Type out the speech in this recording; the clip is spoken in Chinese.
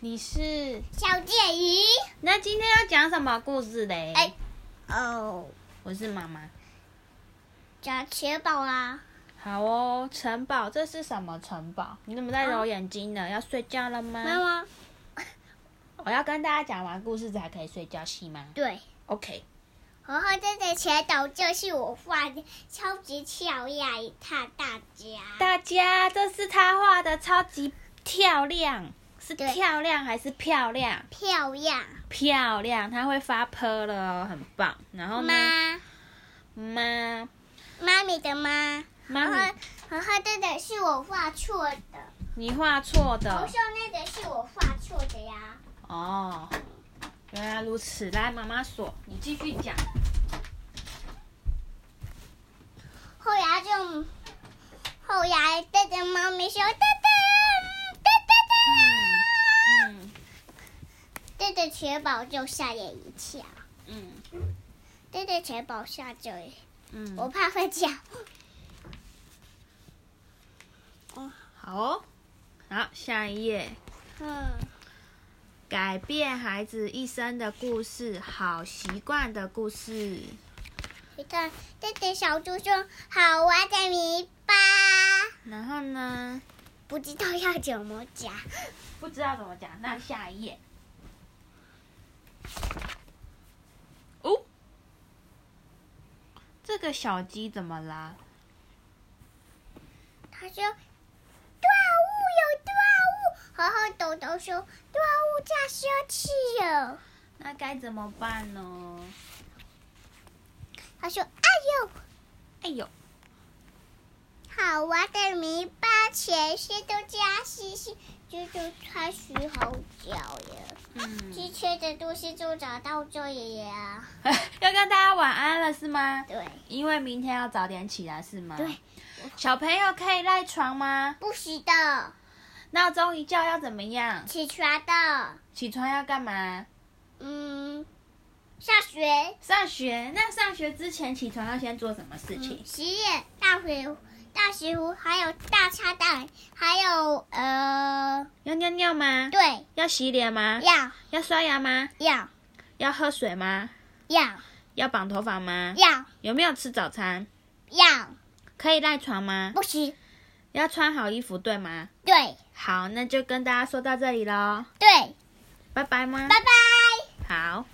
你是。小介鱼，那今天要讲什么故事嘞？哎哦，我是妈妈。讲雪宝啦，好哦，城堡，这是什么城堡？你怎么在揉眼睛呢？要睡觉了吗？没有啊，我要跟大家讲完故事才可以睡觉，是吗对， ？OK，然后这个雪斗就是我画的，超级漂亮，一看大家，大家，这是他画的，超级漂亮，是对漂亮还是漂亮？漂亮漂亮，他会发泼了哦，很棒。然后呢？妈，妈，妈咪的妈，妈然咪后，然后这个是我画错的，你画头错的上那个是我画错的呀，哦，原来如此。来，妈妈说，你继续讲。后来就，后来这个妈咪说，哒嗯哒哒哒嗯哒，这个雪宝就吓了一啊跳，嗯这个雪宝吓着了。嗯我嗯，怕会讲。好哦。好，下一页。嗯，改变孩子一生的故事，好习惯的故事。你看，这只小猪说：“好玩的泥巴，然后呢？不知道要怎么讲。不知道怎么讲，那下一页。哦，这个小鸡怎么啦？”他说：“断物有断物。”然后豆豆说：“断物太生气了。那该怎么办呢？”他说：“哎呦，哎呦，好玩的泥巴全身都加细细，这就开始好久了。嗯，之前的东西就找到这里呀。 要跟大家晚安了是吗？对，因为明天要早点起来是吗？对。小朋友可以赖床吗？不许的，闹钟一叫要怎么样？起床的。起床要干嘛？嗯，下学，上学，那上学之前起床要先做什么事情？实验、大水壶、大石壶，还有大插袋，还有呃，要尿尿吗？对，要洗脸吗？要要刷牙吗？要要喝水吗？要要绑头发吗？要有没有吃早餐？要，可以赖床吗？不许，要穿好衣服，对吗？对好，那就跟大家说到这里喽，对，拜拜吗？拜拜。好。